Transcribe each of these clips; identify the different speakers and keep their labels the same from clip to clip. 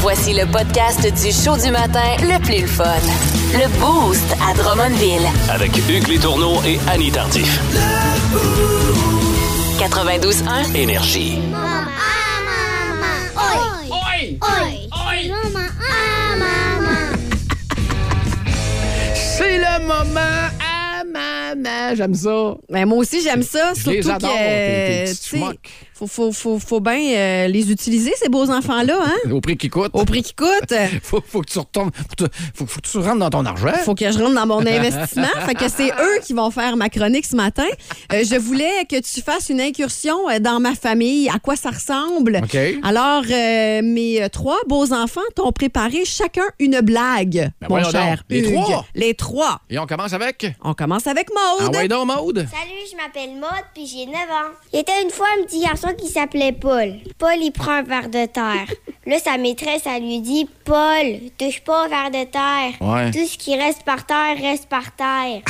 Speaker 1: Voici le podcast du show du matin le plus le fun. Le Boost à Drummondville.
Speaker 2: Avec Hugues Létourneau et Annie Tardif.
Speaker 1: 92.1.
Speaker 2: Énergie.
Speaker 3: Maman, ah, maman, oi, oi, oi, maman, ah, maman.
Speaker 4: C'est le moment à maman. Ah, J'aime ça.
Speaker 5: Ben, moi aussi, j'aime ça.
Speaker 4: Je
Speaker 5: surtout
Speaker 4: les adore,
Speaker 5: que,
Speaker 4: tes- tes
Speaker 5: euh,
Speaker 4: petites
Speaker 5: tu sais,
Speaker 4: schmucks.
Speaker 5: faut, faut, faut, faut bien euh, les utiliser, ces beaux enfants-là. Hein?
Speaker 4: Au prix qui coûte.
Speaker 5: Au prix qui coûte, euh,
Speaker 4: Faut, faut que tu retombes. Faut, que- faut- faut que tu rentres dans ton argent.
Speaker 5: faut que je rentre dans mon investissement. fait que c'est eux qui vont faire ma chronique ce matin. Euh, je voulais que tu fasses une incursion euh, dans ma famille, à quoi ça ressemble.
Speaker 4: OK.
Speaker 5: Alors, euh, mes euh, trois beaux enfants t'ont préparé chacun une blague,
Speaker 4: Ben
Speaker 5: mon
Speaker 4: voyons
Speaker 5: cher.
Speaker 4: donc. Les
Speaker 5: Hugues.
Speaker 4: trois?
Speaker 5: Les trois.
Speaker 4: Et on commence avec.
Speaker 5: On commence avec Maude.
Speaker 4: Ah ouais, donc, Maude.
Speaker 3: Salut, je m'appelle Maud, puis j'ai 9 ans. Il était une fois un petit garçon qui s'appelait Paul. Paul, il prend un verre de terre. Là, sa maîtresse, elle lui dit Paul, touche pas au verre de terre.
Speaker 4: Ouais.
Speaker 3: Tout ce qui reste par terre, reste par terre.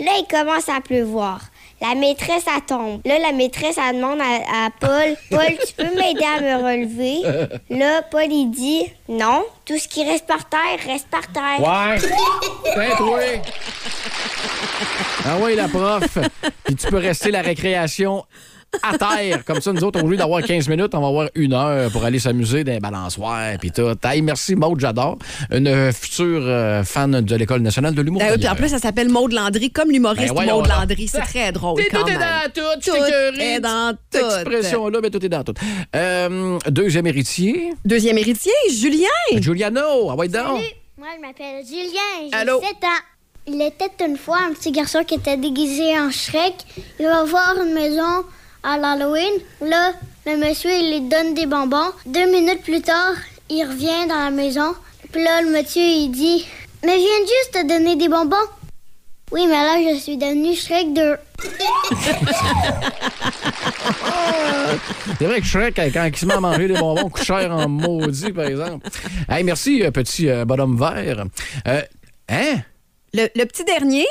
Speaker 3: Là, il commence à pleuvoir. La maîtresse, elle tombe. Là, la maîtresse, elle demande à, à Paul Paul, tu peux m'aider à me relever Là, Paul, il dit Non, tout ce qui reste par terre, reste par terre.
Speaker 4: Ouais. T'es troué. Ah ouais, la prof. Puis tu peux rester la récréation à terre. Comme ça, nous autres, au lieu d'avoir 15 minutes, on va avoir une heure pour aller s'amuser dans les balançoires. Puis tout. Hey, merci, Maude, j'adore. Une future euh, fan de l'École nationale de l'humour.
Speaker 5: Ben oui, puis en plus, ça s'appelle Maud Landry, comme l'humoriste
Speaker 4: Ben voyons
Speaker 5: Maud
Speaker 4: donc.
Speaker 5: Landry. C'est très drôle
Speaker 4: T'es
Speaker 5: quand
Speaker 4: tout est dans
Speaker 5: même.
Speaker 4: tout, je
Speaker 5: Tout
Speaker 4: t'écœurais,
Speaker 5: est dans
Speaker 4: cette
Speaker 5: tout.
Speaker 4: expression-là, mais tout est dans tout. Euh, deuxième héritier,
Speaker 5: Deuxième héritier, Julien.
Speaker 4: Giuliano. Ah ouais, donc.
Speaker 3: Moi, je m'appelle Julien, j'ai
Speaker 4: Allô?
Speaker 3: 7 ans. Il était une fois un petit garçon qui était déguisé en Shrek. Il va voir une maison à l'Halloween. Là, le monsieur, il lui donne des bonbons. Deux minutes plus tard, il revient dans la maison. Puis là, le monsieur, il dit Mais je viens juste te donner des bonbons. Oui, mais là, je suis devenu Shrek 2.
Speaker 4: C'est vrai que Shrek, quand il se met à manger des bonbons, coûte cher en maudit, par exemple. Hey, merci, euh, petit euh, bonhomme vert. Euh, hein?
Speaker 5: Le, le petit dernier.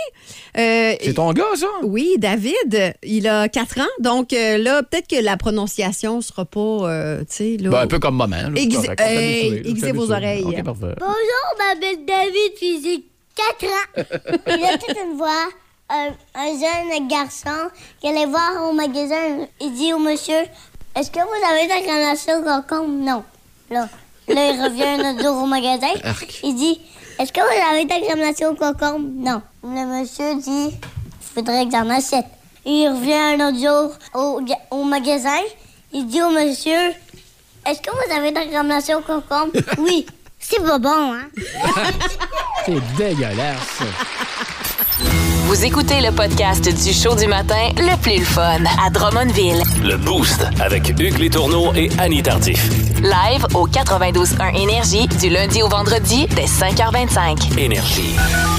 Speaker 5: euh,
Speaker 4: C'est ton gars, ça?
Speaker 5: Oui, David, il a 4 ans. Donc euh, là, peut-être que la prononciation sera pas, euh, tu sais, là.
Speaker 4: Ben, un peu comme maman. là,
Speaker 5: Aiguisez-
Speaker 4: c'est correct, on s'habitue,
Speaker 5: hey,
Speaker 4: là, on
Speaker 5: aiguisez
Speaker 4: s'habitue.
Speaker 5: vos oreilles.
Speaker 4: OK, parfait.
Speaker 3: Bonjour, m'appelle David, puis j'ai 4 ans. Il a toute une voix. Un, un jeune garçon qui allait voir au magasin, il dit au monsieur Est-ce que vous avez de la canation au concombre Non. Là, là, il revient un autre jour au magasin. Il dit Est-ce que vous avez de la canation au concombre Non. Le monsieur dit Je voudrais que j'en achète. Il revient un autre jour au, ga- au magasin. Il dit au monsieur Est-ce que vous avez de la canation au concombre Oui. C'est pas bon, hein
Speaker 4: C'est dégueulasse.
Speaker 1: Vous écoutez le podcast du show du matin le plus le fun à Drummondville.
Speaker 2: Le Boost avec Hugues Létourneau et Annie Tardif.
Speaker 1: Live au 92.1 Énergie du lundi au vendredi dès 5h25.
Speaker 2: Énergie.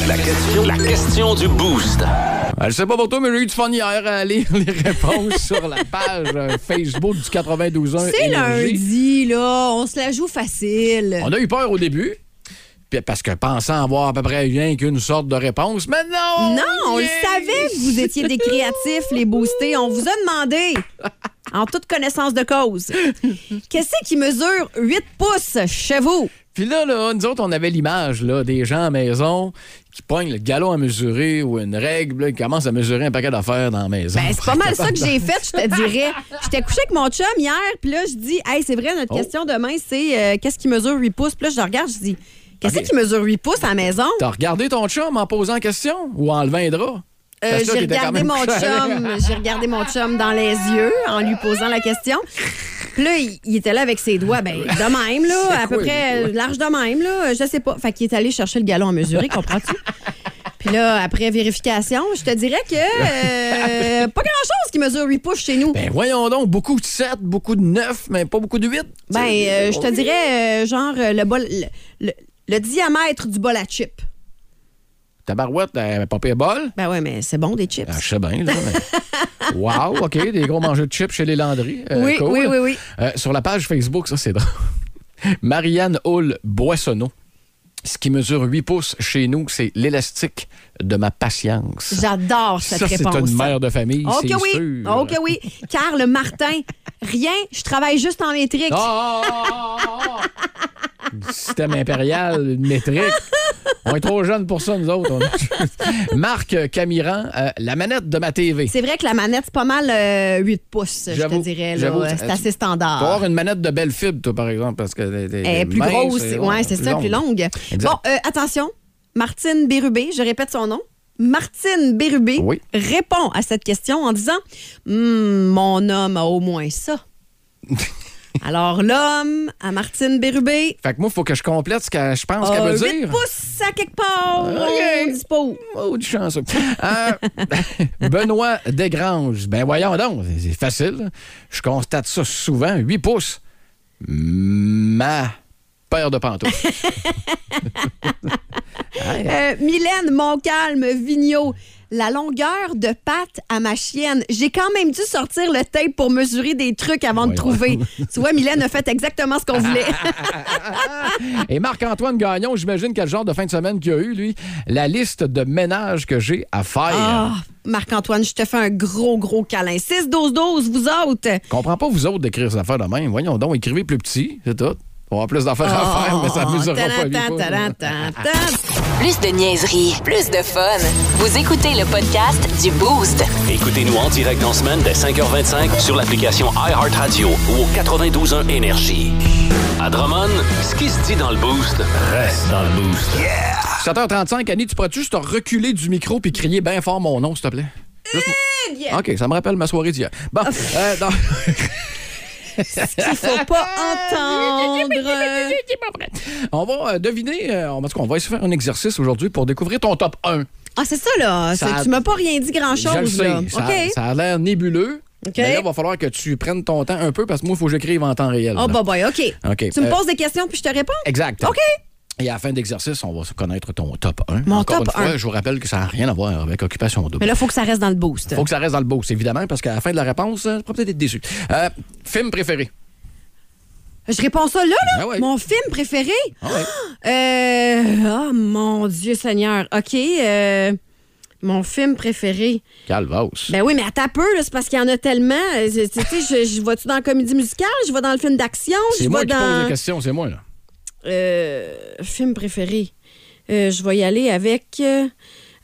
Speaker 2: La question, la question du Boost.
Speaker 4: Je sais pas pour toi, mais j'ai eu du fun hier à lire les réponses sur la page euh, Facebook du 92.1
Speaker 5: C'est
Speaker 4: Énergie.
Speaker 5: lundi, là. On se la joue facile.
Speaker 4: On a eu peur au début. puis Parce que pensant avoir à peu près rien qu'une sorte de réponse, mais non!
Speaker 5: Non, on le
Speaker 4: Yeah!
Speaker 5: savait que vous étiez des créatifs, les boostés. On vous a demandé, en toute connaissance de cause, qu'est-ce qui mesure 8 pouces chez vous?
Speaker 4: Puis là, là, nous autres, on avait l'image là, des gens à maison qui pognent le galon à mesurer ou une règle, là, qui commencent à mesurer un paquet d'affaires dans la maison.
Speaker 5: Ben, c'est pas mal ça que j'ai fait, je te dirais. J'étais couché avec mon chum hier, puis là, je dis, hey, c'est vrai, notre
Speaker 4: Oh.
Speaker 5: question demain, c'est euh, qu'est-ce qui mesure 8 pouces? Puis là, je le regarde, je dis, qu'est-ce
Speaker 4: Ok.
Speaker 5: qui mesure 8 pouces à la maison?
Speaker 4: T'as regardé ton chum en posant question ou en levant les draps?
Speaker 5: Euh,
Speaker 4: Parce que là,
Speaker 5: j'ai
Speaker 4: t'étais quand
Speaker 5: regardé
Speaker 4: même
Speaker 5: mon
Speaker 4: couché avec-
Speaker 5: chum, j'ai regardé mon chum dans les yeux en lui posant la question. Puis là, il, il était là avec ses doigts, ben, de même, là, à peu
Speaker 4: quoi,
Speaker 5: près euh, large de même, là, je sais pas. Fait qu'il est allé chercher le galon à mesurer, comprends-tu? Puis là, après vérification, je te dirais que euh, pas grand-chose qui mesure 8 pouces chez nous.
Speaker 4: Ben voyons donc, beaucoup de 7, beaucoup de 9, mais pas beaucoup de 8.
Speaker 5: Ben, euh, je te dirais, euh, genre, euh, le, bol, le, le- le diamètre du bol à chips.
Speaker 4: Ta barouette, elle pas pire bol.
Speaker 5: Ben ouais, mais c'est bon, des chips.
Speaker 4: Ah, je sais bien, là. mais- wow, OK, des gros mangeurs de chips chez les Landry. Euh,
Speaker 5: Oui,
Speaker 4: cool.
Speaker 5: oui, oui, oui.
Speaker 4: Euh, sur la page Facebook, ça, c'est drôle. Marianne Hall Boissonneau. Ce qui mesure 8 pouces chez nous, c'est l'élastique de ma patience.
Speaker 5: J'adore cette
Speaker 4: ça, c'est
Speaker 5: réponse.
Speaker 4: une mère de famille,
Speaker 5: Ok
Speaker 4: c'est
Speaker 5: oui,
Speaker 4: sûr.
Speaker 5: ok oui. Carl Martin, rien, je travaille juste en métrique.
Speaker 4: Ah, ah, ah, ah, ah. du système impérial, une métrique. On est trop jeunes pour ça, nous autres. On- Marc Camiran, euh, la manette de ma TV.
Speaker 5: C'est vrai que la manette, c'est pas mal euh, 8 pouces, je te
Speaker 4: J'avoue,
Speaker 5: dirais. là.
Speaker 4: j'avoue. euh,
Speaker 5: C'est assez
Speaker 4: Faut avoir
Speaker 5: standard.
Speaker 4: une manette de belle fibre, toi, par exemple, parce que. les- les-
Speaker 5: Ah. Elle est
Speaker 4: les
Speaker 5: plus
Speaker 4: minces,
Speaker 5: grosse.
Speaker 4: et-
Speaker 5: ouais, c'est ça, plus longue.
Speaker 4: Exact.
Speaker 5: Bon, euh, attention. Martine Bérubé, je répète son nom. Martine Bérubé
Speaker 4: Oui.
Speaker 5: répond à cette question en disant Hum, Mon homme a au moins ça. Alors, l'homme à Martine Bérubé
Speaker 4: Fait que moi, il faut que je complète ce que je pense qu'elle
Speaker 5: a
Speaker 4: veut
Speaker 5: 8
Speaker 4: dire.
Speaker 5: Ah, pouces à quelque part.
Speaker 4: Ok.
Speaker 5: On dit pas où.
Speaker 4: Oh, du chanceux. Euh, Benoît Desgranges. Ben voyons donc, c'est- c'est facile. Je constate ça souvent. 8 pouces. Ma paire de pantoufles.
Speaker 5: Euh, Mylène Montcalm Vigneault. La longueur de patte à ma chienne. J'ai quand même dû sortir le tape pour mesurer des trucs avant de
Speaker 4: Voyons.
Speaker 5: trouver. tu vois, Mylène a fait exactement ce qu'on voulait.
Speaker 4: Et Marc-Antoine Gagnon, j'imagine quel genre de fin de semaine qu'il a eu, lui. La liste de ménages que j'ai à faire.
Speaker 5: Ah, Marc-Antoine, je te fais un gros, gros câlin. 6-12-12, vous autres.
Speaker 4: Comprends pas, vous autres, d'écrire ces affaires de même. Voyons donc, écrivez plus petit, c'est tout. On aura plus d'affaires à faire, Ah, mais ça
Speaker 5: Oh,
Speaker 4: amusera pas. lui,
Speaker 5: tadam,
Speaker 4: pas.
Speaker 5: tadam, tadam, tadam.
Speaker 1: Plus de niaiserie, plus de fun. Vous écoutez le podcast du Boost.
Speaker 2: Écoutez-nous en direct en semaine dès 5h25 sur l'application iHeartRadio ou au 92.1 Énergie. À Drummond, ce qui se dit dans le boost reste dans le boost.
Speaker 4: 7h35, Annie, tu pourrais-tu juste te reculer du micro puis crier bien fort mon nom, s'il te plaît? Juste mon- OK, ça me rappelle ma soirée d'hier. Bon, euh, dans-
Speaker 5: Il faut pas entendre.
Speaker 4: on va euh, deviner, euh, on, en tout cas, on va essayer de faire un exercice aujourd'hui pour découvrir ton top 1.
Speaker 5: Ah, c'est ça, là.
Speaker 4: Ça
Speaker 5: C'est-
Speaker 4: a-
Speaker 5: Tu m'as pas rien dit
Speaker 4: Je le
Speaker 5: grand-chose, là.
Speaker 4: sais, ça,
Speaker 5: OK.
Speaker 4: ça a l'air nébuleux,
Speaker 5: OK.
Speaker 4: mais là, il va falloir que tu prennes ton temps un peu parce que moi, il faut que j'écrive en temps réel.
Speaker 5: Oh,
Speaker 4: là.
Speaker 5: bah, boy, OK.
Speaker 4: OK,
Speaker 5: Tu me
Speaker 4: euh,
Speaker 5: poses des questions puis je te réponds?
Speaker 4: Exact.
Speaker 5: OK.
Speaker 4: Et à la fin d'exercice, on va se connaître ton top 1.
Speaker 5: Mon
Speaker 4: Encore
Speaker 5: top
Speaker 4: une fois,
Speaker 5: 1.
Speaker 4: je vous rappelle que ça n'a rien à voir avec Occupation Double.
Speaker 5: Mais là, il faut que ça reste dans le boost.
Speaker 4: Faut que ça reste dans le box, évidemment, parce qu'à la fin de la réponse, euh, tu pourras peut-être être déçu. Euh, film préféré.
Speaker 5: Je réponds ça là, là.
Speaker 4: Ah ouais.
Speaker 5: Mon film préféré.
Speaker 4: Ah ouais.
Speaker 5: Euh, oh mon Dieu Seigneur. OK. euh, mon film préféré.
Speaker 4: Calvados.
Speaker 5: Ben oui, mais attends un peu, là, c'est parce qu'il y en a tellement. Euh, c'est- Tu sais, je, je vais-tu dans la comédie musicale? Je vais dans le film d'action? Je
Speaker 4: c'est moi
Speaker 5: vais
Speaker 4: qui pose les
Speaker 5: dans.
Speaker 4: questions, c'est moi. Là.
Speaker 5: Euh, film préféré. Euh, je vais y aller avec. euh,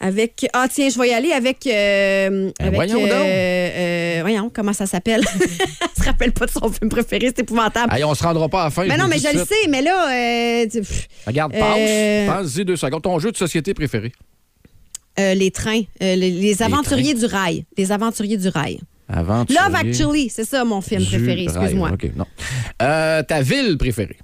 Speaker 5: avec. Ah, tiens, je vais y aller avec. euh,
Speaker 4: Ben
Speaker 5: avec,
Speaker 4: voyons donc.
Speaker 5: euh, voyons, comment ça s'appelle? Elle se rappelle pas de son film préféré, c'est épouvantable.
Speaker 4: Hey, on se rendra pas à la fin.
Speaker 5: Ah. Mais
Speaker 4: vous
Speaker 5: non, mais
Speaker 4: dis
Speaker 5: je
Speaker 4: tout
Speaker 5: le
Speaker 4: de suite.
Speaker 5: sais, mais là, euh, tu- pff,
Speaker 4: Regarde, pense.
Speaker 5: Euh,
Speaker 4: Pense-y deux secondes. Ton jeu de société préféré.
Speaker 5: euh, les trains, euh, les, les aventuriers
Speaker 4: trains.
Speaker 5: du rail. Les aventuriers du rail.
Speaker 4: Avant
Speaker 5: Love Actually, c'est ça mon film préféré, excuse-moi.
Speaker 4: OK, non. Euh, ta ville préférée.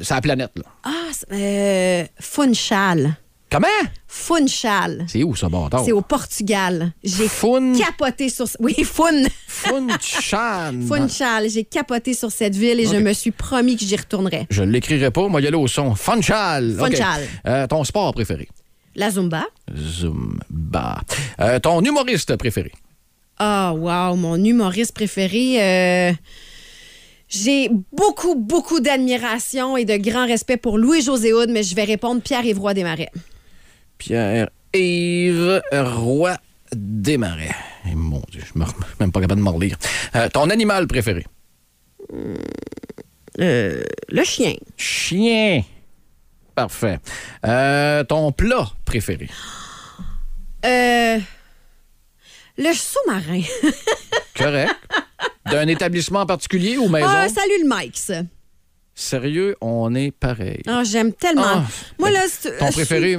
Speaker 4: C'est la planète, là.
Speaker 5: Ah, c'est- euh, Funchal.
Speaker 4: Comment?
Speaker 5: Funchal.
Speaker 4: C'est où, ça, bâtard?
Speaker 5: C'est au Portugal. J'ai
Speaker 4: Oh. Fun-
Speaker 5: capoté sur... ce- Oui, Fun.
Speaker 4: Funchan.
Speaker 5: Funchal. J'ai capoté sur cette ville et je
Speaker 4: Ok.
Speaker 5: me suis promis que j'y retournerais.
Speaker 4: Je l'écrirai pas, moi, y aller au son. Funchal. OK.
Speaker 5: Funchal.
Speaker 4: Euh, ton sport préféré.
Speaker 5: La Zumba.
Speaker 4: Zumba. Euh, ton humoriste préféré.
Speaker 5: Ah, wow, mon humoriste préféré. euh, J'ai beaucoup, beaucoup d'admiration et de grand respect pour Louis-José Houd, mais je vais répondre Pierre-Yves Roy Desmarais.
Speaker 4: Pierre-Yves Roy Desmarais. Et mon Dieu, je ne suis même pas capable de me relire. Euh, ton animal préféré?
Speaker 5: Euh, le chien.
Speaker 4: Chien. Parfait. Euh, ton plat préféré?
Speaker 5: Euh, le sous-marin.
Speaker 4: Correct. D'un établissement en particulier ou maison?
Speaker 5: Ah, salut le Mike, ça.
Speaker 4: Sérieux, on est pareil.
Speaker 5: Ah, j'aime tellement.
Speaker 4: Ah.
Speaker 5: Moi, là, c'est- euh,
Speaker 4: Ton
Speaker 5: je
Speaker 4: préféré?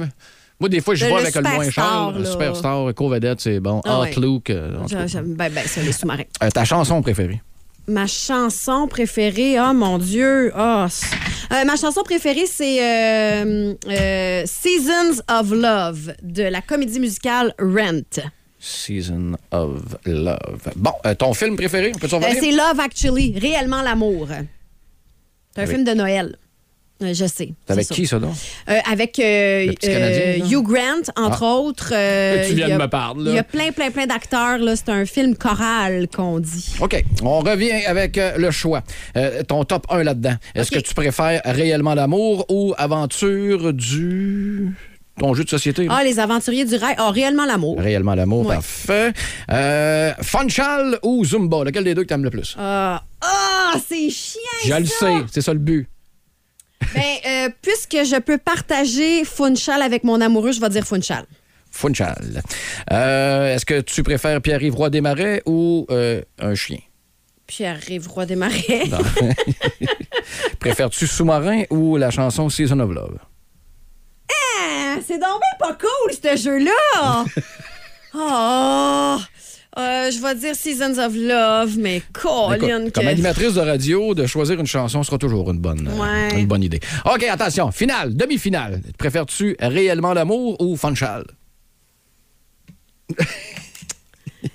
Speaker 4: Moi, des fois, je
Speaker 5: Le-
Speaker 4: vois
Speaker 5: le
Speaker 4: avec le moins
Speaker 5: superstar,
Speaker 4: cher.
Speaker 5: là.
Speaker 4: Superstar, co-vedette, c'est bon.
Speaker 5: Ah ouais.
Speaker 4: Outlook. euh, en
Speaker 5: suis-
Speaker 4: tout cas.
Speaker 5: je- j'aime- Ben, ben, ça, les sous-marins.
Speaker 4: Euh, ta chanson préférée?
Speaker 5: Ma chanson préférée, oh mon Dieu, ah, c- euh, ma chanson préférée, c'est euh, euh, Seasons of Love de la comédie musicale Rent.
Speaker 4: Season of Love. Bon, euh, ton film préféré? On peut s'en
Speaker 5: Euh,
Speaker 4: revenir?
Speaker 5: c'est Love Actually, réellement l'amour. C'est un
Speaker 4: Avec-
Speaker 5: film de Noël. Euh, Je sais.
Speaker 4: C'est avec
Speaker 5: c'est
Speaker 4: qui,
Speaker 5: ça.
Speaker 4: ça, donc?
Speaker 5: Euh, avec euh,
Speaker 4: Le petit Canadien,
Speaker 5: euh,
Speaker 4: là. Ah.
Speaker 5: Hugh Grant, entre autres. euh,
Speaker 4: Tu viens
Speaker 5: il y a-
Speaker 4: de me parler, là.
Speaker 5: Il y a plein, plein, plein d'acteurs. là. C'est un film choral qu'on dit.
Speaker 4: OK. On revient avec euh, le choix. Euh, ton top 1 là-dedans. Est-ce
Speaker 5: OK.
Speaker 4: que tu préfères réellement l'amour ou aventure du. ton jeu de société? là?
Speaker 5: Ah, Les Aventuriers du Rail. Ah, réellement l'amour.
Speaker 4: Réellement l'amour,
Speaker 5: Ouais.
Speaker 4: parfait. Euh, Funchal ou Zumba? Lequel des deux que t'aimes le plus?
Speaker 5: Euh, Ah, ah, c'est chiant!
Speaker 4: Je le
Speaker 5: ça!
Speaker 4: sais, c'est ça le but.
Speaker 5: Ben, euh, Euh, puisque je peux partager Funchal avec mon amoureux, je vais dire Funchal.
Speaker 4: Funchal. Euh, Est-ce que tu préfères Pierre-Yves Roy Desmarais ou euh, un chien?
Speaker 5: Pierre-Yves Roy des Marais.
Speaker 4: Non. Préfères-tu Sous-marin ou la chanson Season of Love?
Speaker 5: Ah, C'est donc bien pas cool, ce jeu-là! oh! Euh, je vais dire Seasons of Love, mais Colin,
Speaker 4: Écoute, Comme
Speaker 5: que...
Speaker 4: animatrice de radio, de choisir une chanson sera toujours une bonne, euh,
Speaker 5: Ouais.
Speaker 4: une bonne idée. OK, attention. Finale, demi-finale. Préfères-tu réellement l'amour ou Funchal?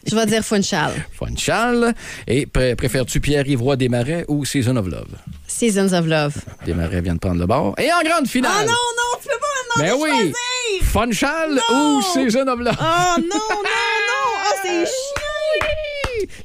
Speaker 5: Je vais dire Funchal.
Speaker 4: Funchal. Et pr- préfères-tu Pierre-Yves Roy Desmarais ou Season of Love?
Speaker 5: Seasons of Love.
Speaker 4: Desmarais vient de prendre le bord. Et en grande
Speaker 5: Oh non,
Speaker 4: finale.
Speaker 5: non, tu peux pas me
Speaker 4: Ben
Speaker 5: demander de
Speaker 4: oui!
Speaker 5: choisir!
Speaker 4: Funchal
Speaker 5: Non!
Speaker 4: ou Season of Love?
Speaker 5: Oh non, non, non! Oh,
Speaker 4: Euh.
Speaker 5: c'est chiant!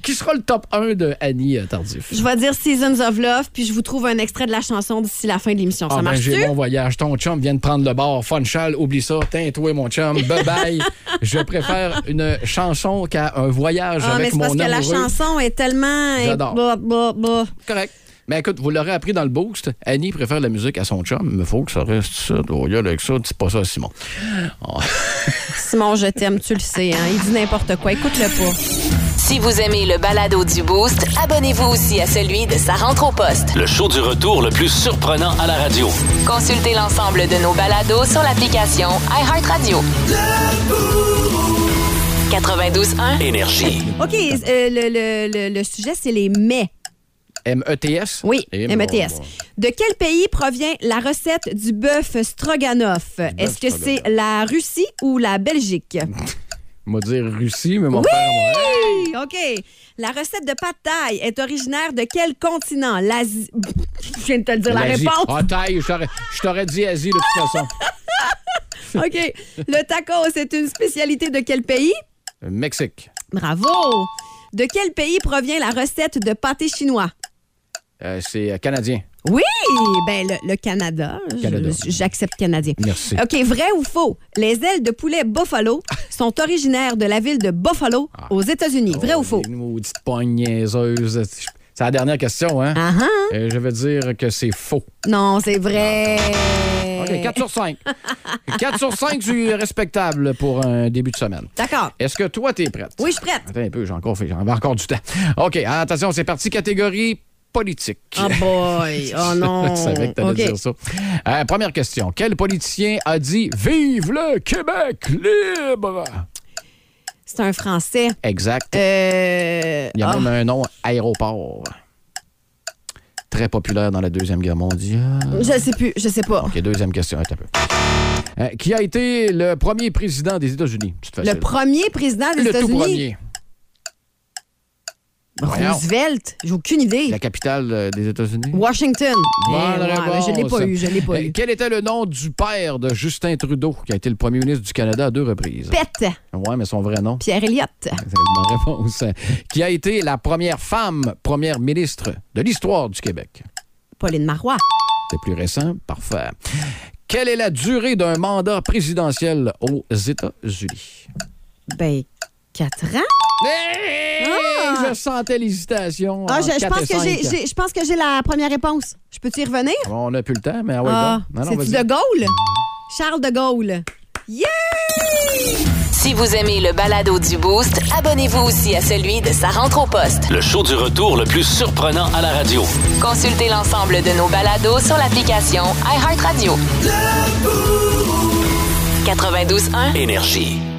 Speaker 4: Qui sera le top 1 de Annie euh, Tardif?
Speaker 5: Je vais dire Seasons of Love, puis je vous trouve un extrait de la chanson d'ici la fin de l'émission.
Speaker 4: Ah,
Speaker 5: Ça
Speaker 4: ben,
Speaker 5: marche-tu?
Speaker 4: j'ai bon voyage. Ton chum vient de prendre le bord. Funchal, oublie ça. Tiens, toi, mon chum. Bye bye. Je préfère une chanson qu'à un voyage
Speaker 5: Ah, mais
Speaker 4: avec
Speaker 5: c'est
Speaker 4: mon
Speaker 5: parce que
Speaker 4: amoureux.
Speaker 5: la chanson est tellement...
Speaker 4: J'adore.
Speaker 5: Bah, bah, bah.
Speaker 4: Correct. Mais écoute, vous l'aurez appris dans le boost. Annie préfère la musique à son chum. Mais faut que ça reste ça. Oh, y'a avec ça. Dis pas ça, à Simon. Ah.
Speaker 5: Simon, je t'aime, tu le sais. Hein? Il dit n'importe quoi. Écoute-le pas.
Speaker 1: Si vous aimez le balado du Boost, abonnez-vous aussi à celui de Sa rentre au poste.
Speaker 2: Le show du retour le plus surprenant à la radio.
Speaker 1: Consultez l'ensemble de nos balados sur l'application iHeartRadio. 92.1,
Speaker 2: Énergie.
Speaker 5: OK, euh, le, le- le- le sujet, c'est les mets.
Speaker 4: M-E-T-S?
Speaker 5: Oui, E
Speaker 4: Et
Speaker 5: METS.
Speaker 4: Eh, bon, bon.
Speaker 5: De quel pays provient la recette du bœuf stroganoff? Est-ce que c'est
Speaker 4: stroganoff.
Speaker 5: la Russie ou la Belgique?
Speaker 4: M'a dire Russie, mais mon frère, moi.
Speaker 5: Oui, OK. La recette de pâte taille est originaire de quel continent? L'Asie. Je viens de te le dire la
Speaker 4: L'Asie.
Speaker 5: réponse.
Speaker 4: Ah, taille, je t'aurais- je t'aurais dit Asie, de toute façon.
Speaker 5: OK. Le taco, c'est une spécialité de quel pays?
Speaker 4: Euh, Mexique.
Speaker 5: Bravo! De quel pays provient la recette de pâté chinois?
Speaker 4: Euh, c'est euh, canadien.
Speaker 5: Oui! Ben, le, le Canada. Je-
Speaker 4: Canada.
Speaker 5: J'accepte canadien.
Speaker 4: Merci.
Speaker 5: OK, vrai ou faux? Les ailes de poulet Buffalo sont originaires de la ville de Buffalo
Speaker 4: Ah.
Speaker 5: aux États-Unis. Vrai ou faux?
Speaker 4: Une maudite pogne niaiseuse. C'est la dernière question, hein?
Speaker 5: Ah, hein?
Speaker 4: Euh, je vais dire que c'est faux.
Speaker 5: Non, c'est vrai. Eh.
Speaker 4: Ah, OK, 4 sur 5. 4 sur 5, c'est respectable pour un début de semaine.
Speaker 5: D'accord.
Speaker 4: Est-ce que toi, t'es prête?
Speaker 5: Oui, je suis prête.
Speaker 4: Attends un peu, j'ai encore fait, j'en avais encore du temps. OK, attention, c'est parti, catégorie politique.
Speaker 5: Oh boy. Oh
Speaker 4: Je
Speaker 5: non.
Speaker 4: savais que t'allais
Speaker 5: OK.
Speaker 4: dire ça. Euh, première question. Quel politicien a dit « Vive le Québec libre
Speaker 5: C'est un Français. ».
Speaker 4: Exact.
Speaker 5: Euh...
Speaker 4: Il y a
Speaker 5: ah,
Speaker 4: même un nom, aéroport. Très populaire dans la Deuxième Guerre mondiale.
Speaker 5: Je sais plus. Je sais pas.
Speaker 4: OK, deuxième question, attends un peu. Euh, qui a été le premier président des États-Unis? Petite
Speaker 5: Le
Speaker 4: facile.
Speaker 5: premier président des
Speaker 4: Le tout
Speaker 5: États-Unis.
Speaker 4: premier. Voyons.
Speaker 5: Roosevelt. J'ai aucune idée.
Speaker 4: La capitale euh, des États-Unis?
Speaker 5: Washington.
Speaker 4: Bonne
Speaker 5: Eh, ouais, mais
Speaker 4: réponse.
Speaker 5: je l'ai pas eu. Je l'ai pas
Speaker 4: Euh,
Speaker 5: eu.
Speaker 4: Quel était le nom du père de Justin Trudeau, qui a été le premier ministre du Canada à deux reprises?
Speaker 5: Pète.
Speaker 4: Ouais, mais son vrai nom.
Speaker 5: Pierre Elliott.
Speaker 4: C'est une bonne réponse. Qui a été la première femme première ministre de l'histoire du Québec?
Speaker 5: Pauline Marois.
Speaker 4: C'est plus récent, parfait. Quelle est la durée d'un mandat présidentiel aux États-Unis?
Speaker 5: Ben, 4 ans.
Speaker 4: Hey!
Speaker 5: Ah!
Speaker 4: Je sentais l'hésitation.
Speaker 5: Ah,
Speaker 4: entre
Speaker 5: je, je
Speaker 4: quatre
Speaker 5: pense
Speaker 4: et
Speaker 5: que j'ai-
Speaker 4: cinq.
Speaker 5: j'ai- je pense que j'ai la première réponse. Je peux-tu y revenir?
Speaker 4: Bon, on n'a plus le temps, mais ah ouais,
Speaker 5: Ah,
Speaker 4: bon. Non, non,
Speaker 5: C'est-tu
Speaker 4: vas-y.
Speaker 5: de Gaulle? Charles de Gaulle. Yeah!
Speaker 1: si vous aimez le balado du Boost, abonnez-vous aussi à celui de Sa rentre au poste.
Speaker 2: Le show du retour le plus surprenant à la radio.
Speaker 1: Consultez l'ensemble de nos balados sur l'application iHeartRadio. 92.1,
Speaker 2: Énergie.